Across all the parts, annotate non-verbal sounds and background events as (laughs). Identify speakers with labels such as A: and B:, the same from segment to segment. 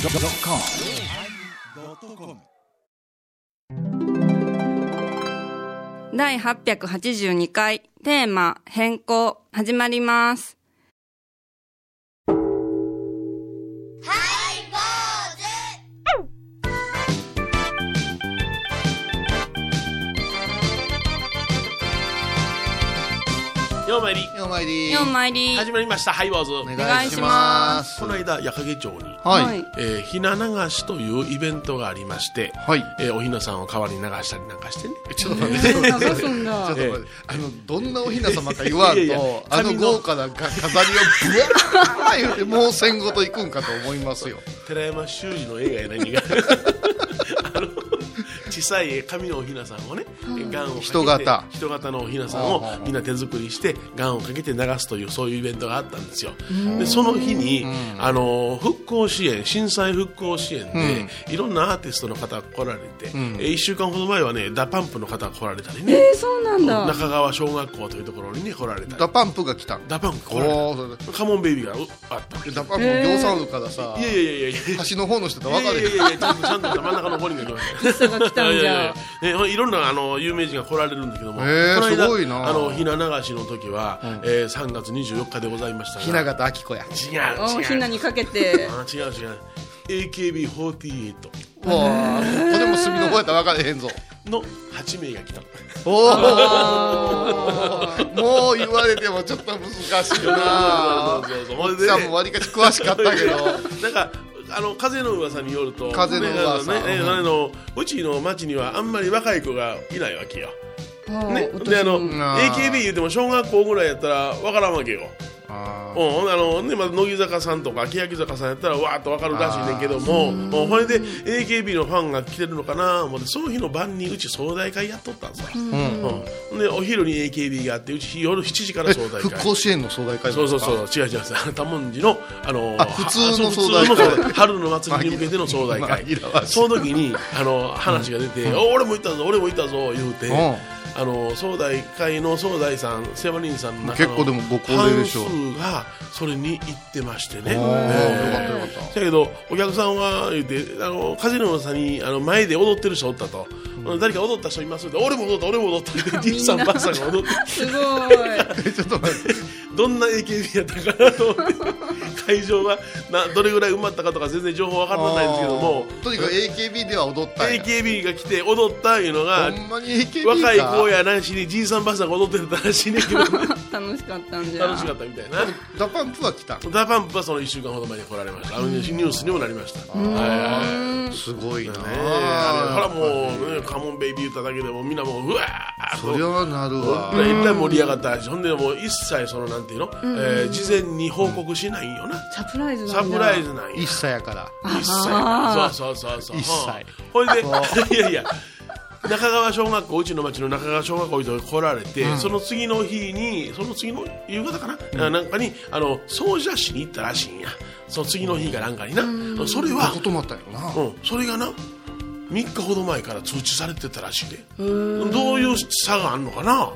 A: yosmir
B: 第882回テーマ変更始まります。
C: ようまいり
D: ようまいり
B: よう参り。
C: 始まりましたハイボーズ
D: お
C: こ
D: 願いします
C: の間矢掛町に、
D: はい
C: えー、ひな流しというイベントがありまして、
D: はい
C: えーおひなさんを川に流したりなんかしてね
D: ちょっと待って (laughs) ちょっと待
B: 流すん
C: (laughs)
B: だ。
D: ってあのどんなおひな様か言わん
C: いやいや
D: とあの
C: 髪の
D: 豪華なか飾りをぶわー言うてもう戦後と行くんかと思いますよ
C: 寺山修司の映画や何が (laughs) あの小さい紙のおひなさんをね、ガンをかけて
D: 人型
C: 人型のおひなさん
D: はあは
C: を
D: あ
C: みんな手作りしてガンをかけて流すというそういうイベントがあったんですよでその日にあの復興支援震災復興支援で、いろんなアーティストの方が来られて、え1週間ほど前はねダパンプの方が来られたりね
B: えー、そうなんだ。
C: 中川小学校というところにね来られた
D: ダ
C: り
D: パンプが来た
C: ダパンプ来られ
D: おお
C: たカモンベイビーがうあっ
D: (laughs)
C: た
D: ダパンプも行さんあるからさ
C: いやいやいやいや
D: 端の方の人と
C: いや
D: 分
C: い
D: か
C: や
D: れ
C: い
D: へん
C: やいやちゃんとちゃんと真ん中の方にも来ました
B: が来たんじゃ
C: いやいやいやねいろんなあの有名人が来られるんだけども、
D: へー
C: この間
D: すごいな
C: あのひな流しの時は、えー3月24日でございましたが
D: ひな形あきこや
C: 違
B: お
C: う違う
B: ひなにかけて。
C: あ違う違う AKB48
D: おおこれも隅の方やったら分かれへんぞ
C: の8名が来た
D: お
B: あ
D: おもう言われてもちょっと難し
C: (laughs)
D: いな
C: そうそうそうそう
D: 奥さんもわりかし詳しかったけど
C: なんかあの風の噂によると
D: 風の噂
C: ねね
D: うん
C: あのうちの町にはあんまり若い子がいないわけよ、ね、
B: ー
C: であの
D: な
C: AKB 言うても小学校ぐらいやったらわからんわけよ
D: あ
C: うん、 (laughs) ほんであのねま、乃木坂さんとか欅坂さんやったらわーっとわかるらしいねんけどももうこれで AKB のファンが来てるのかな思ってその日の晩にうち総大会やっとったんですよ、うんほんでお昼に AKB があってうち夜7時から総大
D: 復
C: 会
D: 興支援の総大会
C: そうそうそう違う違うあの多文字のあの
D: あ普通の総大会
C: 普通の春の祭りに向けての総大会
D: 紛らわしい
C: その時にあの話が出て、お俺も行ったぞ俺も行ったぞ言うて、
D: うん
C: あの総大会の総大さんセバリンさんの中の
D: 結構でもご高齢でしょ
C: 半数がそれに行ってましてね
D: おーよかったよかった
C: だけどお客さんは言ってあのカジノさんにあの前で踊ってる人おったと、誰か踊った人いますって俺も踊った俺も
D: (laughs)
C: 踊ったってじいさんばあさんが踊って (laughs)
B: すごい。
D: えちょっと待って
C: どんな AKB やったかなと思って
D: (laughs)
C: 会場がなどれぐらい埋まったかとか全然情報わからないんですけども
D: とにかく AKB では踊ったんや
C: AKB が来て踊ったいうのが
D: ほんまに AKB か
C: 若い子やなしにじいさんばあさんが踊ってたらしいねんけど楽
B: 楽しかったんじゃ。
C: しかったみたい
D: (laughs)
C: な。
D: ダパンプは来た
C: ダパンプはその1週間ほど前に来られました、あのニュースにもなりました、はいはいね
D: すごいな
C: えあれほらもう、ね、カモンベイビー言っただけでもうみんなもううわー
D: そりゃあなるわ
C: 一体盛り上がったしほんでもう一切そのなんていうの、えー事前に報告しないんよな、
B: サプライズなんだ。
C: サプライズなんよ
D: 一切やから
C: 一切そうそうそうそう
D: 一切
C: ほいでいやいや中川小学校うちの町の中川小学校に来られて、その次の日にその次の夕方かな、あなんかにあの総社市に行ったらしいんやその次の日かなんかにな、それは、
D: こともあったよな
C: うん、それがな3日ほど前から通知されてたらしいでどういう差があんのかな、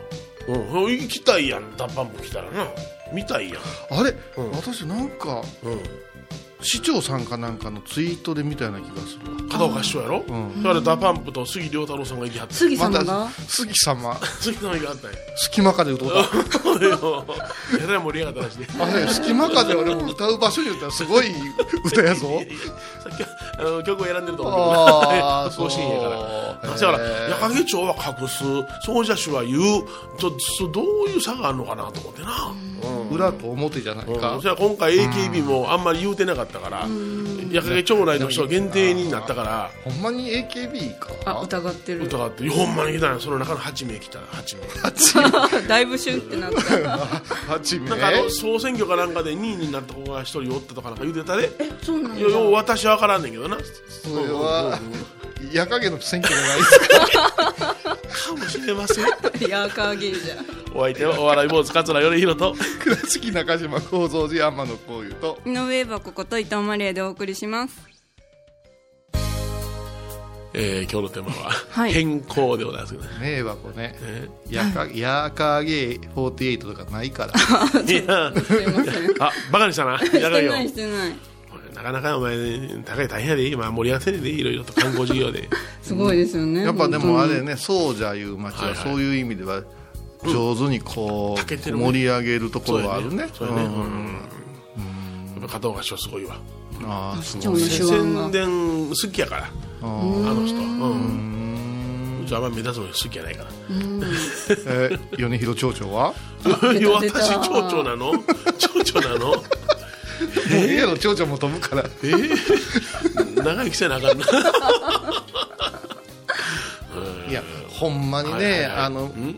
C: うん、行きたいやんダパンプ来たらな見たいやん、
D: あれ私なんか
C: うん、
D: 市長さんかなんかのツイートで見たような気がするわ
C: 片岡市長やろ、それダパンプと杉良太郎さんが行きはった
B: 杉
D: ま
B: 様
D: た
B: が。
D: 杉様
C: 次の日があったんや。
D: 隙間風で歌う
C: (laughs)
D: た
C: そうよ。えらい盛り上がったらしいね。
D: あれ隙間風俺も歌う場所によってはすごい歌やぞ
C: さっきあの曲を選んでると思うけど
D: あ
C: な、(laughs)
D: あ (laughs) そう
C: 甲子園やから。だから
D: へ、え
C: 矢掛町は隠す、総社氏は言う、ちょそうどういう差があるのかなと思ってな。
D: 裏と表じゃないか
C: そしたら今回 AKB もあんまり言うてなかったから、矢掛町内の人限定になったから、
D: ほんまに AKB か
B: あ、疑ってる。
C: 疑って、ほんまに来たんやその中の8名来た、8名。
B: (laughs) だいぶシュンってな
C: (laughs)
B: った。
D: はじめ
C: なんかあの総選挙かなんかで2位になった子が1人おったとかなんか言うてたで、
B: そうなん
C: い
B: だ。
C: やよう私は分からんねんけどな。
D: それは矢影の選挙じゃないですか (laughs)
C: かもしれません。
B: ヤーカーゲーじゃ。
C: お相手はお笑い坊主桂頼弘と。
D: 倉敷中島幸三寺天野幸雄と
B: 井上箱こと伊藤マリアでお送りします。
C: えー、今日のテーマは、
B: はい
C: 変更でございます
B: (laughs)
C: けどね。
D: 迷惑ね
C: え (laughs)
D: やかやかげ48とかないから
C: いや、
B: すいません。
C: あバカにしたなや
B: (laughs) し
C: る
B: て
C: よ
B: ないしてない
C: なかなかお前高い大変やで今盛り合わせでいろいろと観光事業で
B: すごいですよね
D: やっぱでもあ
B: 本
D: れねそうじゃいう町
C: はいは
D: は
C: い
D: そういう意味では上手にこ
C: けて
D: う
C: るね
D: 盛り上げるところはあるね
C: そうやねうんやっぱ加藤が師匠すごいわ
D: うんああす
B: 当
D: ご
B: に
D: い
B: 市長の手腕
C: 宣
B: が
C: 伝好きやからあの人うんうちあんま目立つの好きやないから
D: え米広町長は
C: (laughs) いや
B: 出た
C: 私町長なの町長なの
D: もういいやろ町長も飛ぶから
C: えー (laughs) 長生きせなあかんな
D: いやほんまに
C: はいはい
D: ね
C: はい
D: あの
C: ん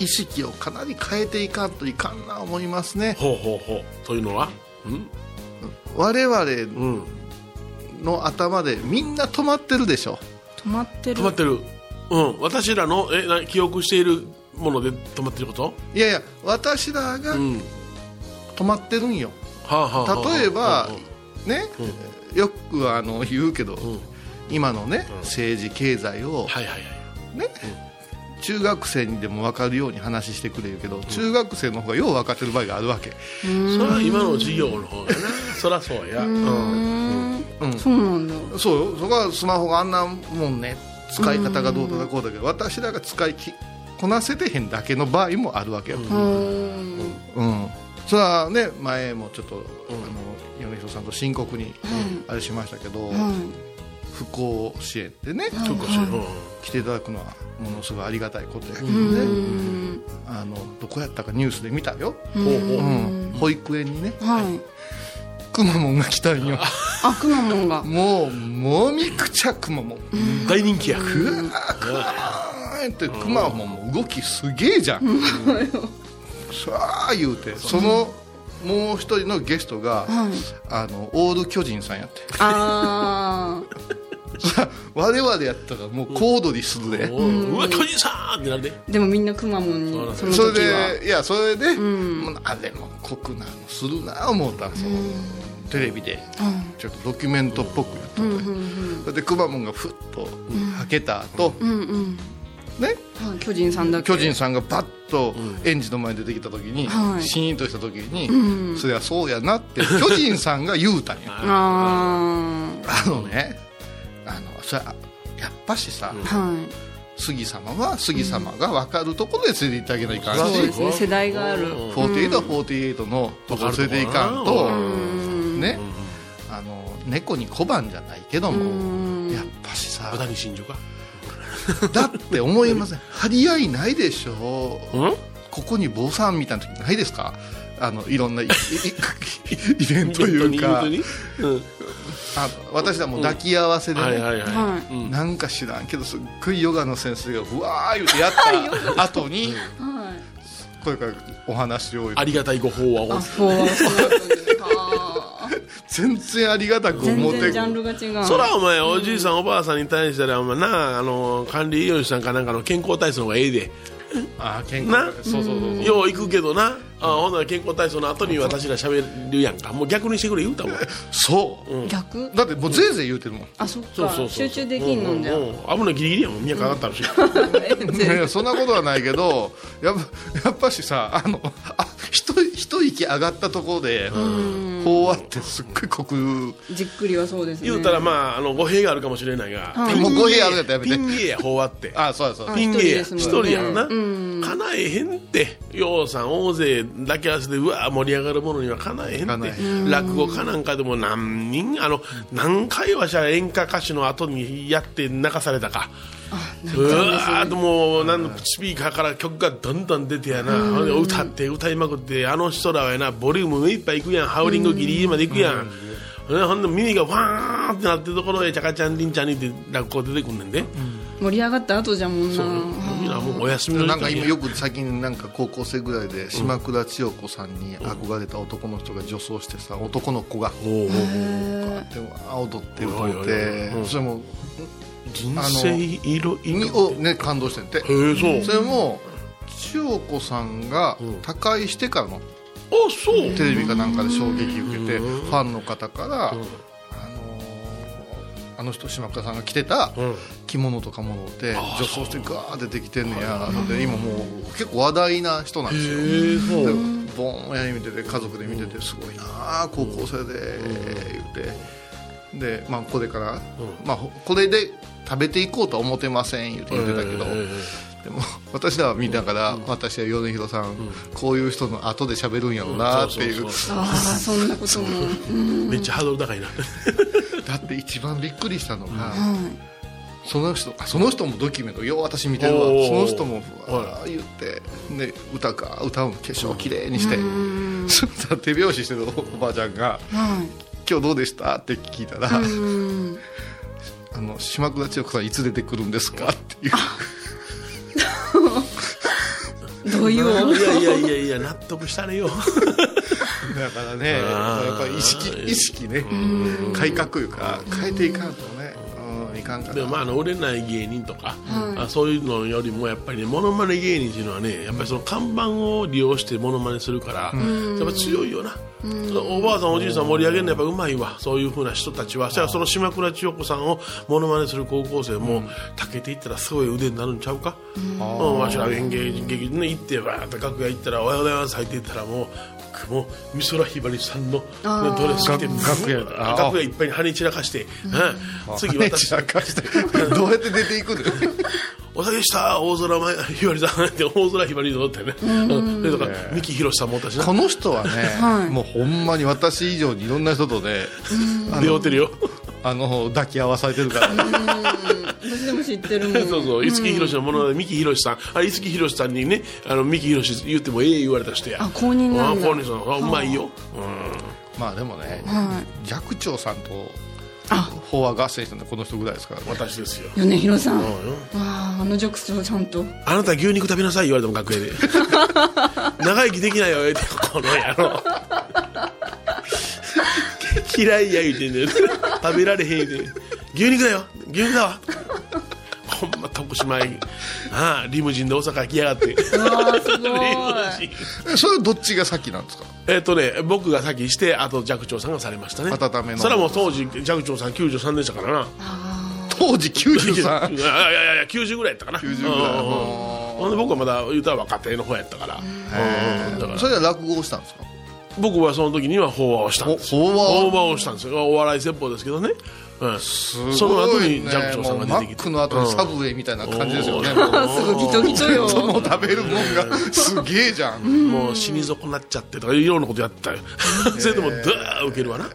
D: 意識をかなり変えていかんといかんな思いますね
C: ほうほうほうというのはうん
D: 我々
C: うん
D: の頭でみんな止まってるでしょ
B: 当に止まって
C: 止
B: る
C: まってるうん私らのえな記憶しているもので止まってること
D: いやいや私らが
C: うん
D: 止まってるんよ
C: はあはあはあはあ
D: 例えば
C: うんうん
D: ねよくあの言うけど
C: ん
D: 今のね政治経済を
C: はいはいはい
D: ね中学生にでも分かるように話してくれるけど中学生の方がよう分かってる場合があるわけ
C: それは今の授業の方がなそらそうやうん
B: そうなんだ
D: そうよそこはスマホがあんなもんね使い方がどうとかこうだけど私らが使いきこなせてへんだけの場合もあるわけよ、
B: うーん
D: うんそれはね前もちょっと、あの米広さんと深刻にあれしましたけど、不幸支援ってね、
C: ちょっとしうん
D: 来ていただくのはものすごいありがたいことやけどね、あのどこやったかニュースで見たよ、
C: ほうほう
D: うん保育園にね
B: はい
D: くまモンが来たん (laughs) よ
B: あくまモン
C: (laughs)
B: が
D: もうもみくちゃくまモン
C: 大人気や
D: あーってクマももう動きすげえじゃん、さあ言うてそのもう一人のゲストが、あのオール巨人さんやって (laughs)
B: あー
D: 我々やったらもう小躍りするで、
C: おううわ巨人さんってなるで
B: でもみんなくまモンにその時
D: それ
B: は
D: でいやそれで、もうあれも酷なのするな思ったんその、テレビでちょっとドキュメントっぽくやったので、それでくまモンがふっとはけた後、
B: うんうん
D: ね
B: はい巨人さんだけ
D: 巨人さんがバッと園児の前に出てきた時に、
B: はい
D: シーンとした時に、そりゃそうやなって巨人さんが言うたんや
B: あ
D: あのねあのそりゃやっぱしさ、
B: あはい
D: 杉様は杉様が分かるところで連れて行ってあげないかん
C: うん
D: し、
B: そうですね世代がある
C: うん
D: 48は48のところ連れていかんと、ねあの猫に小判じゃないけども、やっぱしさ
C: 豚に真珠か
D: だって思いません (laughs) 張り合いないでしょ
C: うん
D: ここに坊さんみたいな時ないですかあのいろんないいイベントという (laughs) か
C: 本当に本
D: あの私らも抱き合わせ
C: 当に
D: でね、
C: はいはいは
B: はい
C: うん
D: なんか知らんけどすっごいヨガの先生がうわー言うてや (laughs) った後に
B: はい
D: これからお話を言う
C: ありがたいご法は
B: あ
C: 多い
B: そう
C: (laughs)
B: か
D: 全然ありがたく
B: 全
D: 思っ
B: 然
D: て
B: ジャンルが違う
C: そらお前おじいさんおばあさんに対してはお前なあの管理栄養士さんかなんかの健康体操の方がええで
D: あー健
C: な
D: 康そうそうそうそう
C: よう行くけどなあほんなら健康体操の後に私ら喋るやんかもう逆にしてくれ言うたもん
D: そう、
B: 逆
D: だってもうぜいぜい言うてるもん、
B: あそっ
C: そうそうそう
B: か集中できんのじゃ
C: うんうんうん危ないギリギリやもんみんなかかったらしい
B: (laughs)
C: (laughs)
D: いやいやそんなことはないけどやっぱやっぱしさあのあ一一息上がったところで法話ってすっごい酷
B: じっくりはそうですね
C: 言うたらまああの語弊があるかもしれないがピン
D: もう語弊あるや
C: や
D: ったらやめて
C: ピン芸や法話って
D: あそうやそうや
C: ピン芸や
B: 一人
C: 一
B: ですもん
C: 人
B: ね
C: やんなかなえへんってようさん大勢抱き合わせでうわ盛り上がるものにはかなえへん
D: か
C: っ
D: なえへ
C: て落語家なんかでも何人あの何回はしゃ演歌歌手の後にやって泣かされたかうわーっともうなんだスピーカーから曲がどんどん出てやな、ほんで歌って歌いまくってあの人らはやなボリューム目いっぱいいくやんハウリングギリギリまでいくやん、ほんでほんで耳がわーってなってるところへちゃかちゃんりんちゃんにって落語出てくんねんで、
B: 盛り上がった後じゃもんな
C: みんなもうお休みの時
D: なん
C: 間
D: か
C: や
D: 今よく最近なんか高校生ぐらいで島倉千代子さんに憧れた男の人が女装してさ男の子がこ
C: おうおう
D: うやってあ踊って歌っ
C: おいおいおいうん
D: てそれも
C: 人生いろい
D: に
C: ろ
D: をね感動してんて
C: へえそう、
D: それも千代子さんが他界してからの
C: あそう、
D: テレビかなんかで衝撃受けてファンの方から、あのーあの人島倉さんが着てた
C: ん
D: 着物とかもろって女装してガーッ出てきてんねやで今もう結構話題な人なんですよ
C: へえそう
D: でボーン親に見てて家族で見ててすごいなあ高校生で言ってでまあこれから、まあ、ほこれで食べていこうとは思ってません言って言ってたけど、でも (laughs) 私らは見ながら、私は米広さん、こういう人の後で喋るんやろうなってい
C: そう
D: う,、
C: そうそ
B: ああそんなことも
C: めっちゃハードル高いな
D: だって一番びっくりしたのが、その人あその人もドキュメントよう私見てるわ
C: おー
D: その人もふわー言って、で歌か歌うん化粧きれいにして、 (laughs) そしたら手拍子してるおばあちゃんが
B: はい
D: 「今日どうでした?」って聞いたら「
B: うん
D: あの島倉千代子さんいつ出てくるんですか?」っていう
B: どういう
C: (laughs) いやいやいやいや納得したねよ
D: だからねやっぱり意識意識ね改革いうか変えていかんとねうんいかんか
C: でもまあ
D: ら
C: あの売れない芸人とか、あそういうのよりもやっぱりねモノマネ芸人っていうのはねやっぱりその看板を利用してモノマネするから、やっぱ強いよな、そのおばあさんおじいさん盛り上げるのやっぱうまいわそういうふうな人たちは、そしたらその島倉千代子さんをモノマネする高校生も、たけていったらすごい腕になるんちゃうか、うんわしら演芸劇ね行ってバーッと楽屋行ったら「おはようございます」入っていったらもう。もう美空ひばりさんのねドレス着て
D: 楽屋あー
C: 楽屋いっぱいに羽散らかして、うん、次
D: ね
C: 私
D: 散らかしてどうやって出ていくの
C: お酒した大空ま (laughs) ひばりさんって大空ひばりのってね、うん、でとか三木ひろしさんもおったしな
D: この
B: (laughs)
D: 人はね、もうほんまに私以上にいろんな人とね
C: 出会うてるよ
D: あの抱き合わされてるから (laughs) ね
B: 私でも知ってるもん
C: (laughs) そうそう五木ひろしのもので三木ひろしさんあれ五木ひろしさんにねあの三木ひろし言ってもええ言われた人や
B: あ公認なんだ
C: あ公認さんあうまいよ、
D: まあでもね
B: は
D: 寂聴さんと
B: あ
D: 飽和合戦したのこの人ぐらいですからね
C: 私ですよ
B: い米広さん
C: そうよ
B: ああのジョークスをちゃんと
C: あなた牛肉食べなさい言われても楽
B: (laughs)
C: 屋で長生きできないよってこの野郎嫌いや言うてんだよ食べられへん言うて牛肉だよ牛肉だわほんま徳島へああリムジンで大阪来やがってリム
B: うわあすごい (laughs)
C: ジン
D: えそれはどっちが先なんですか
C: えっとね僕が先してあと寂聴さんがされましたね
D: 温めの
C: それはもう当時寂聴さん93でしたからな
D: 当時
C: あ
D: 93
C: いやいやいや90ぐらいやったかな90
D: ぐらい
C: ほんで僕はまだ歌は若手の方やったからうんうんだから
D: それは落語をしたんですか
C: 僕はその時には法話をしたんですよ
D: お法話
C: 法話をしたんですよお笑い説法ですけどね、うん、
D: す
C: その後
D: ごい
C: に
D: ね
C: 寂聴さん
D: もう
C: が
D: マ
C: 出てき
D: ッ
C: て
D: クの後にサブウェイみたいな感じですよね、
C: う
D: もう
B: すごいギトギトよ
D: その食べるもんがすげえじゃん
C: もう死に損なっちゃってとかいろんなことやったよ (laughs) それでもダー受けるわなも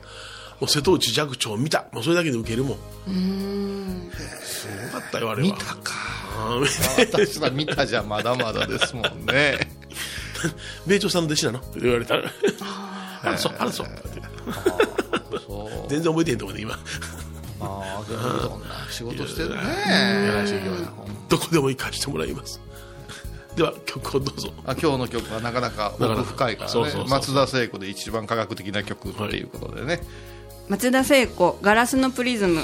C: う瀬戸内寂聴見たもうそれだけで受けるもんすごかったよあれは
D: 見たか
C: あー見た
D: 私は見たじゃまだまだですも
C: (laughs)
D: んね
C: 米朝さんの弟子なのって言われ (laughs) たらあらそうあらそうって
D: そう
C: 全然覚えてへんと思うね今 (laughs)
D: まあでもいろんな仕事してるね
C: やらせていただきますどこでも行かしてもらい (laughs) ますでは曲をどうぞ
D: あ今日の曲はなかなか奥深いからね
C: そうそうそう
D: 松田聖子で一番科学的な曲っていうことでね、
B: 松田聖子「ガラスのプリズム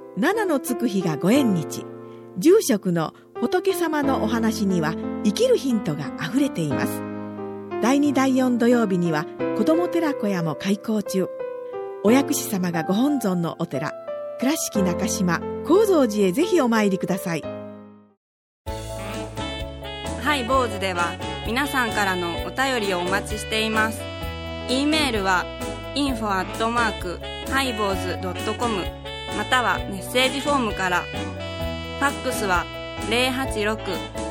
E: 七のつく日がご縁日住職の仏様のお話には生きるヒントがあふれています第2第4土曜日には子ども寺小屋も開校中お薬師様がご本尊のお寺倉敷中島・高蔵寺へぜひお参りください」
B: ハイ坊主では皆さんからのお便りをお待ちしています。e メールは info アットマークハイ坊主ドットコムまたはメッセージフォームから。ファックスは086-430-0666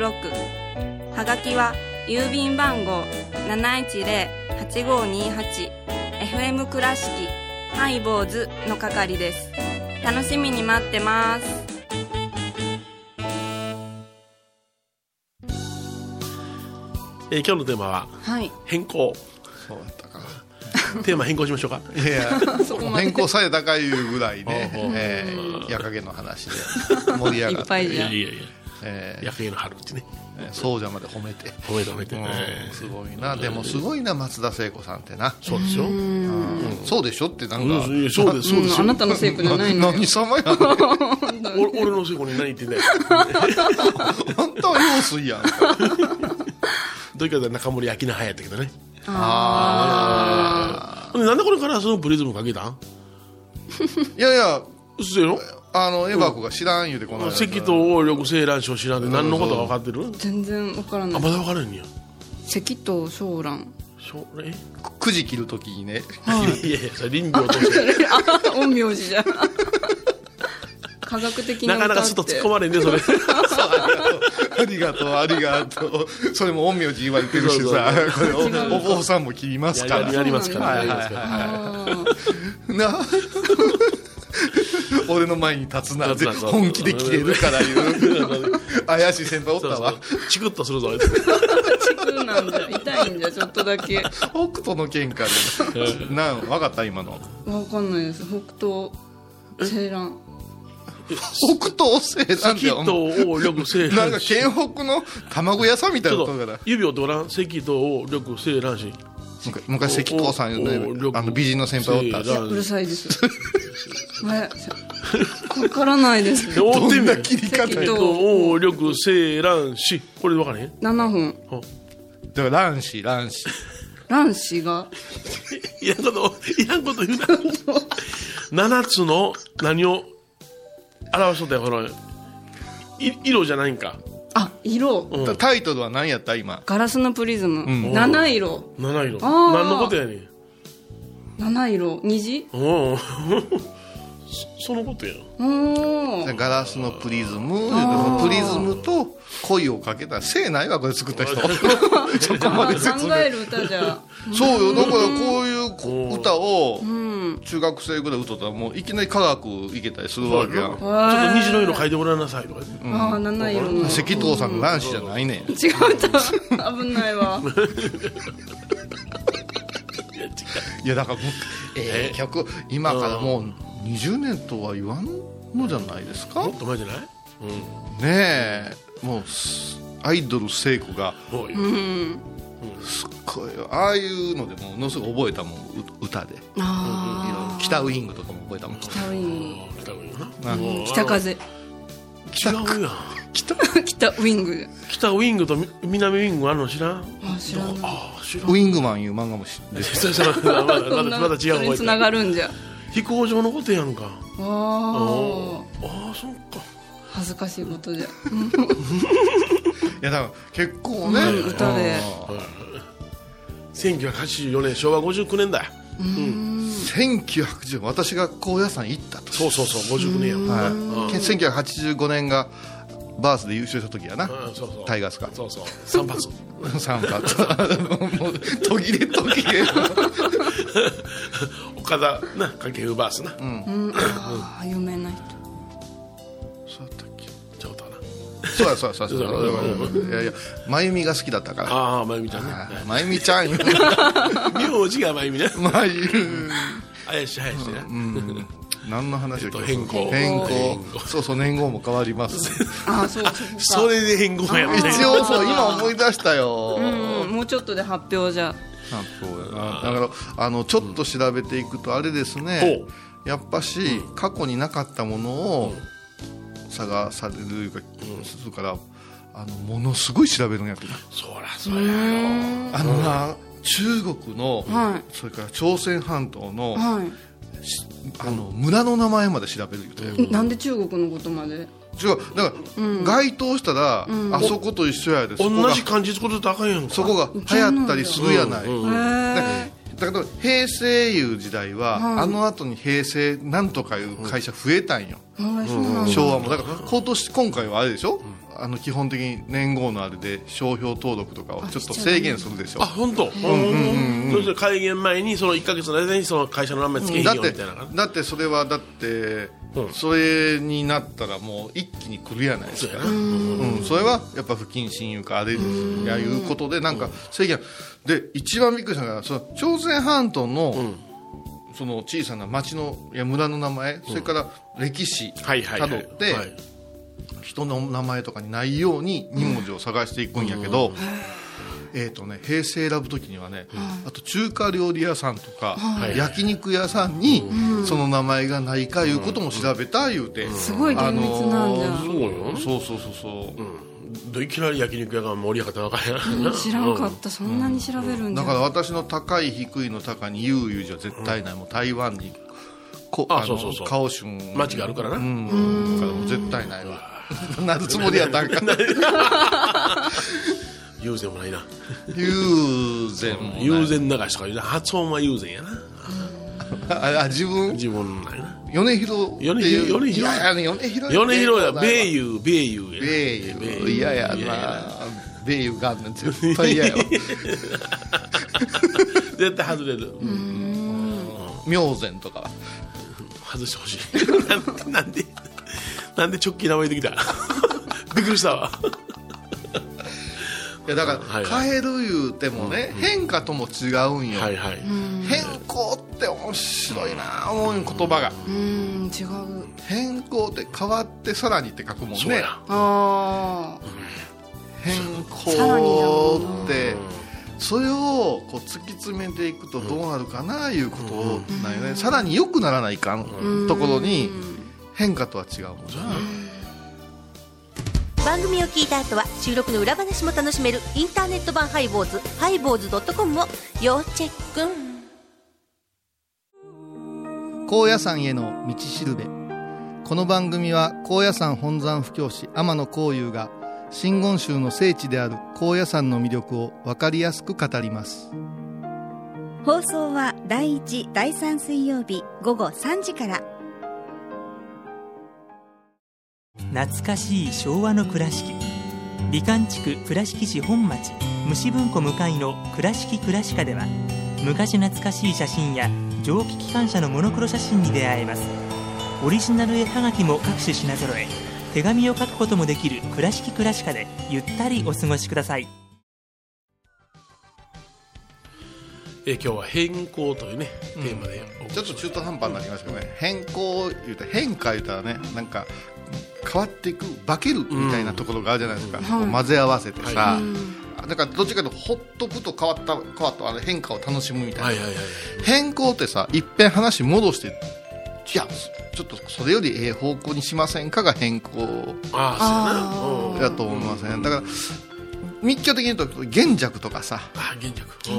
B: はがきは郵便番号710-8528 FM 倉敷ハイ坊主の係です。楽しみに待ってます。
C: えー今日のテーマは
B: はい。
C: 変更
D: そうだったか
C: テーマ変更しましょうか
D: いや
B: (laughs)
D: 変更されたかいうぐらいね
C: ほうほう
D: えー矢影の話で盛り上
B: い
D: が
B: っ
D: っ
B: ぱ
D: て
B: い
C: (laughs) い
B: じゃ
C: や
B: ん
C: いやいや
D: え
C: 夜景の春ってね
D: ー総者まで褒めて
C: 褒めて褒めてえ
D: すごいなでもすごいな松田聖子さんってな
C: ーそうですよ
D: うんそうでしょってなんか
C: うんそうですそうです
B: あ
C: よ
B: なたのせいじゃないのよ
D: 何様やねん本
C: 俺俺のせいこに何言 (laughs) ってんだよ
D: 当は用水やん
C: どういうことだ中森明菜派やったけどね
D: あ
C: ほんでなんでこれからそのプリズムかけたん
D: ーいやいや
C: 嘘やろ
D: あのエヴァ子が知らん言うてこの間
C: 赤と王力青蘭賞知らんで何のことが分かってる
B: 全然わからな
C: あ
B: い
C: まだ分からんねや
B: 関と小蘭
C: しょえ
D: くじ切るときにね (laughs)
C: (laughs) いやいやそれ林業として
B: あ陰陽師じゃん科学的な
C: な
B: 歌
C: か
B: って
C: なかちょっと突っ込まれんねそ
B: (laughs)
C: れ
D: ありがとうありがとうそれも陰陽師言われてるしさこれおお坊さんも切りますか
C: や
D: ら
C: りやりますか
D: は
C: ら
D: い
C: やりま
D: はい
C: すから
D: はいはいな (laughs) 俺の前に立つなって
C: 立つな
D: 本気で切れるからいう怪しい先輩おった
C: そう
D: わ
C: そうチクッとするぞあいつ (laughs)
B: チクなんじゃ痛いんじゃちょっとだけ
D: 北斗の喧嘩でなん分かった今の
B: わかんないです北東セーラン
D: 北斗星なんて
C: 赤と王力青
D: な
C: 蘭
D: んか
C: 賞
D: 県北の卵屋さんみたい
C: ち
D: な
C: ょ
D: と
C: っ
D: こから
C: と指を取らん赤と王力青蘭 (laughs) 氏
D: 昔昔関東さんいうね
C: おお
D: あの美人の先輩おった
C: せいら
B: うるさいですはいわからないです
C: で追って
D: どん
C: み
D: な
C: る
D: 切り方
B: 赤
D: や
C: えっと王力青蘭氏これ分からへん
B: 7分
D: だから卵子卵子
B: 卵子が
C: いらんこと、 (laughs) いらんこと言うな。七つの何を表しとったよ、この、い色じゃないんか。
B: あ色
C: うん
D: タイトルは何やった今
B: ガラスのプリズム、
D: ん
B: 七色
C: 七色。
B: あー
C: 何のことやねん。
B: 七色虹
C: うん。 (laughs) そそのことや。
B: おお
D: ガラスのプリズムプリズムと恋をかけた聖ないわこれ作った
C: (laughs)
D: 人そこまで説
B: 考
D: 明
B: える歌じゃ
D: そうよだからこういうこ
C: うん
D: 歌を
B: うん
D: 中学生ぐらい歌ったらもういきなり科学いけたりするわけやん
C: ち
D: 赤
C: ょっと虹の色変えてごらんなさいとかね。
B: ああ七色の違
D: 藤さんの卵子じゃないねん
B: った危ないわ
D: いやだからもうええ曲今からもう20年とは言わんのじゃないですか
C: も
D: ね
C: っと前じゃない
D: えもうすアイドル聖子が
C: うん。おい。
B: うん
D: こうああいうのでものすごい覚えたもんう歌で
B: あ
D: 北ウイングとかも覚えたもん
B: あ北ウィング
C: 北ウイングな。
D: うん
B: 北風
C: 違うやん。
B: (laughs) 北ウィング
C: 北ウイングとみ南ウイングあるの知らん
B: あ知らない
C: ああ、知らん。
D: ウイングマンいう漫画も知ってる
C: そうそう (laughs) まだ
B: そ
C: ま
B: んな
C: だまだ違
B: それ
C: う
B: に
C: 覚
B: つ
C: え
B: な
C: てる
B: がるんじゃ
C: 飛行場のことやんか。
B: ああ
C: ああ、そっか。
B: 恥ずかしいことじゃ
D: いやだから結構ね、
B: うん歌で
D: うん
C: 1984年昭和59年だ
D: 1980私が高野山行ったと
C: そうそうそう59年やもんな
D: はい
C: うん
D: け1985年がバースで優勝した時やな、
C: うんそうそう
D: タイガースか
C: そうそう散髪
D: 3発もう途切れ途切れ
C: 岡田な掛布バースな
B: うんああ有名な人
D: そうだったっけ
C: ちょっとな
D: そうやそうやそうや
C: そうや
D: そうやいやいや真由美が好きだったから
C: ああまゆみちゃんね
D: はい真由美ちゃん
C: 名字がまゆみね
D: 真由
C: 林林ね
D: 何の話を聞いた
C: 変更
D: 変更
C: 変
D: そうそう年号も変わります
B: ああそうかそうか
C: それで変更やもんね
D: 一応そう今思い出したよ、
B: うんもうちょっとで発表じゃ
D: なんかそうやなだからあのちょっと調べていくとあれですね
C: ほ、
D: やっぱし過去になかったものを探されるいうか、するからあのものすごい調べるんやけど、
C: そらそらやろ
D: あのな中国の、
B: は
D: それから朝鮮半島の,、
B: は
D: あの村の名前まで調べる言うて
B: いなんで中国のことまで
D: 違うだから、該当したら、あそこと一緒やでそこが
C: 同じ漢字作るとあかんやんか
D: そこが流行ったりするやない、
B: へえ
D: だけど平成いう時代は、あの後に平成なんとかいう会社増えたんよ、昭和もだから今年今回はあれでしょ、あの基本的に年号のあれで商標登録とかをちょっと制限するでしょ
C: あ本当そして開園前にその1か月の間にその会社の名前つけへん
D: だ
C: よ
D: っ
C: み
D: て
C: たいな
D: だってそれはだって
C: うん
D: それになったらもう一気に来るやないです
C: そう
D: か
C: やなうん
D: うん、それはやっぱ不謹慎いうかあれですやいうことでなんか制限で一番びっくりしたのがその朝鮮半島の、
C: ん
D: その小さな町のいや村の名前、それから歴史
C: はいはい
D: た
C: はい
D: どって、
C: はい
D: 人の名前とかにないように2文字を探していくんやけど、えーとね、平成選ぶ時にはね、あと中華料理屋さんとか、
C: い
D: 焼肉屋さんにその名前がないかいうことも調べたいうて、
B: すごい厳密なんじゃん
D: あのー
C: そうよ
D: そうそうそうそう、
C: どいきなり焼肉屋が盛り上がったわからんやな
B: 知らんかったそんなに調べるんじ
D: だ
B: ゃ
D: から
B: ん
D: 私の高い低いの高に悠々じゃ絶対ない、もう台湾にこ
C: あそ
D: の
C: うそうそう
D: カオシュン
C: 街があるからな
D: うんだからもう絶対ないわ (laughs) なるつもりやったんか
C: 友禅もないな
D: 悠然もない
C: 友禅流しとか言うな発音は友禅やな
D: ああ自分
C: 自分のないな
D: 米広っていう
C: 米広米広
D: いやいや米広
C: 米広や米友
D: ユ
C: 米友やな
D: 米ユいやいや
C: いやいや
D: な米ユがあんの絶対嫌やわ
C: (laughs) 絶対外れる
D: 明善とかは
C: 外してほしい (laughs) なんでなんでなんで直近名前できた (laughs) びっくりしたわ
D: いやだか
C: はい
D: ら
C: はい
D: 変える言うてもね変化とも違うんよ
C: はいはい
D: 変更って面白いな思う言葉が
B: うん違う
D: 変更って変わってさらにって書くもん
C: そう
D: ね
C: や
B: あ
D: 変
B: さらにだ
D: 更ってそれをこう突き詰めていくとどうなるかないうことなんよね、さらに良くならないかんところに変化とは違うもんな
F: 番組を聞いた後は収録の裏話も楽しめるインターネット版ハイボーズハイボーズドットコムを要チェック
G: 高野山への道しるべこの番組は高野山本山布教師天野幸雄が真言宗の聖地である高野山の魅力を分かりやすく語ります
H: 放送は第1第3水曜日午後3時から
I: 懐かしい昭和の倉敷美観地区倉敷市本町虫文庫向かいの「倉敷倉歯科」では昔懐かしい写真や蒸気機関車のモノクロ写真に出会えますオリジナル絵はがきも各種品揃え手紙を書くこともできる「倉敷倉歯科」でゆったりお過ごしください
C: え今日は変更というねテーマでお
D: ちょっと中途半端になりますけどね、変更言うたら変化言うたらねなんか変わっていく化けるみたいなところがあるじゃないですか、こう混ぜ合わせてさ、だからどっちかというとほっとくと変わった変わったあの変化を楽しむみたいな、
C: はいはいはい
D: 変更ってさいっぺん話戻していやちょっとそれよりええ方向にしませんかが変更
C: ああそうやなうん
D: だと思いますねだから密教的に言うと現着とかさ
C: あ現着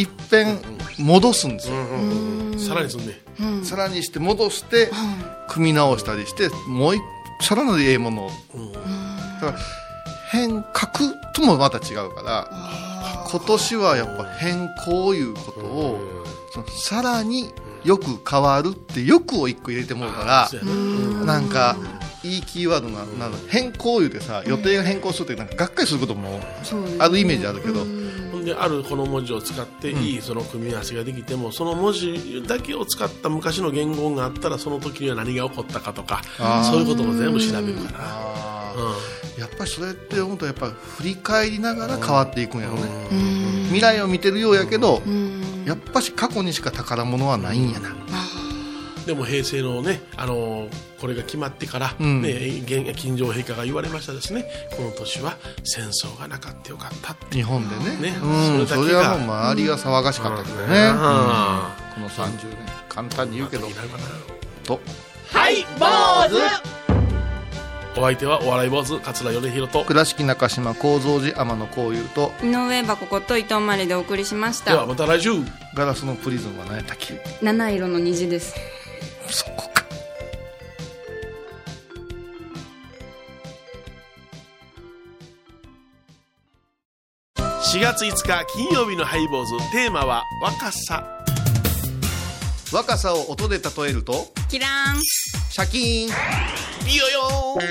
D: いっぺん戻すんですよ、
C: うんさらにそんね
D: さらにして戻して組み直したりしてもう一さらなるええものをだから変革ともまた違うから今年はやっぱ変更いうことをそのさらによく変わるってよくを一個入れてもうから
C: そうやな
D: なんかいいキーワードななの変更言うてさ予定が変更するってなんかがっかりすることもあるイメージあるけど、
C: ほんであるこの文字を使っていいその組み合わせができても、その文字だけを使った昔の言語があったらその時には何が起こったかとか
D: あー
C: そういうことも全部調べるから
D: あ
C: うん
D: ーやっぱりそれって思うとやっぱ振り返りながら変わっていくんやろね未来を見てるようやけどやっぱし過去にしか宝物はないんやな
C: でも平成のね、あのーこれが決まってから、
D: ん
C: ね現金城陛下が言われましたですねこの年は戦争がなかったよかったって
D: 日本でね
C: ね
D: うん、
C: そ
D: そ
C: れだけ
D: れ
C: が
D: はもう周りが騒がしかったけどね、うん
C: は
D: この30年簡単に言うけどと
C: い坊主お相手はお笑い坊主桂米宏と
D: 倉敷中島幸三寺天野幸雄と
B: あ井上箱こと伊藤まりでお送りしまし
C: では
B: た
C: また来週
D: ガラスのプリズムは何やったっけ
B: 七色の虹です
D: そこか
C: 4月5日金曜日のハイボーズテーマは若さ
D: 若さを音で例えると
B: キラー
D: シャキーン
C: ビヨヨー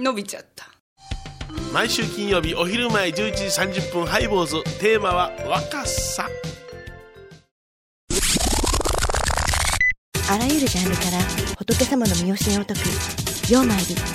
C: ン
B: ン伸びちゃった
C: 毎週金曜日お昼前11時30分ハイボーズテーマは若さ
J: あらゆるジャンルから仏様の身教えを解く「曜マイり .com」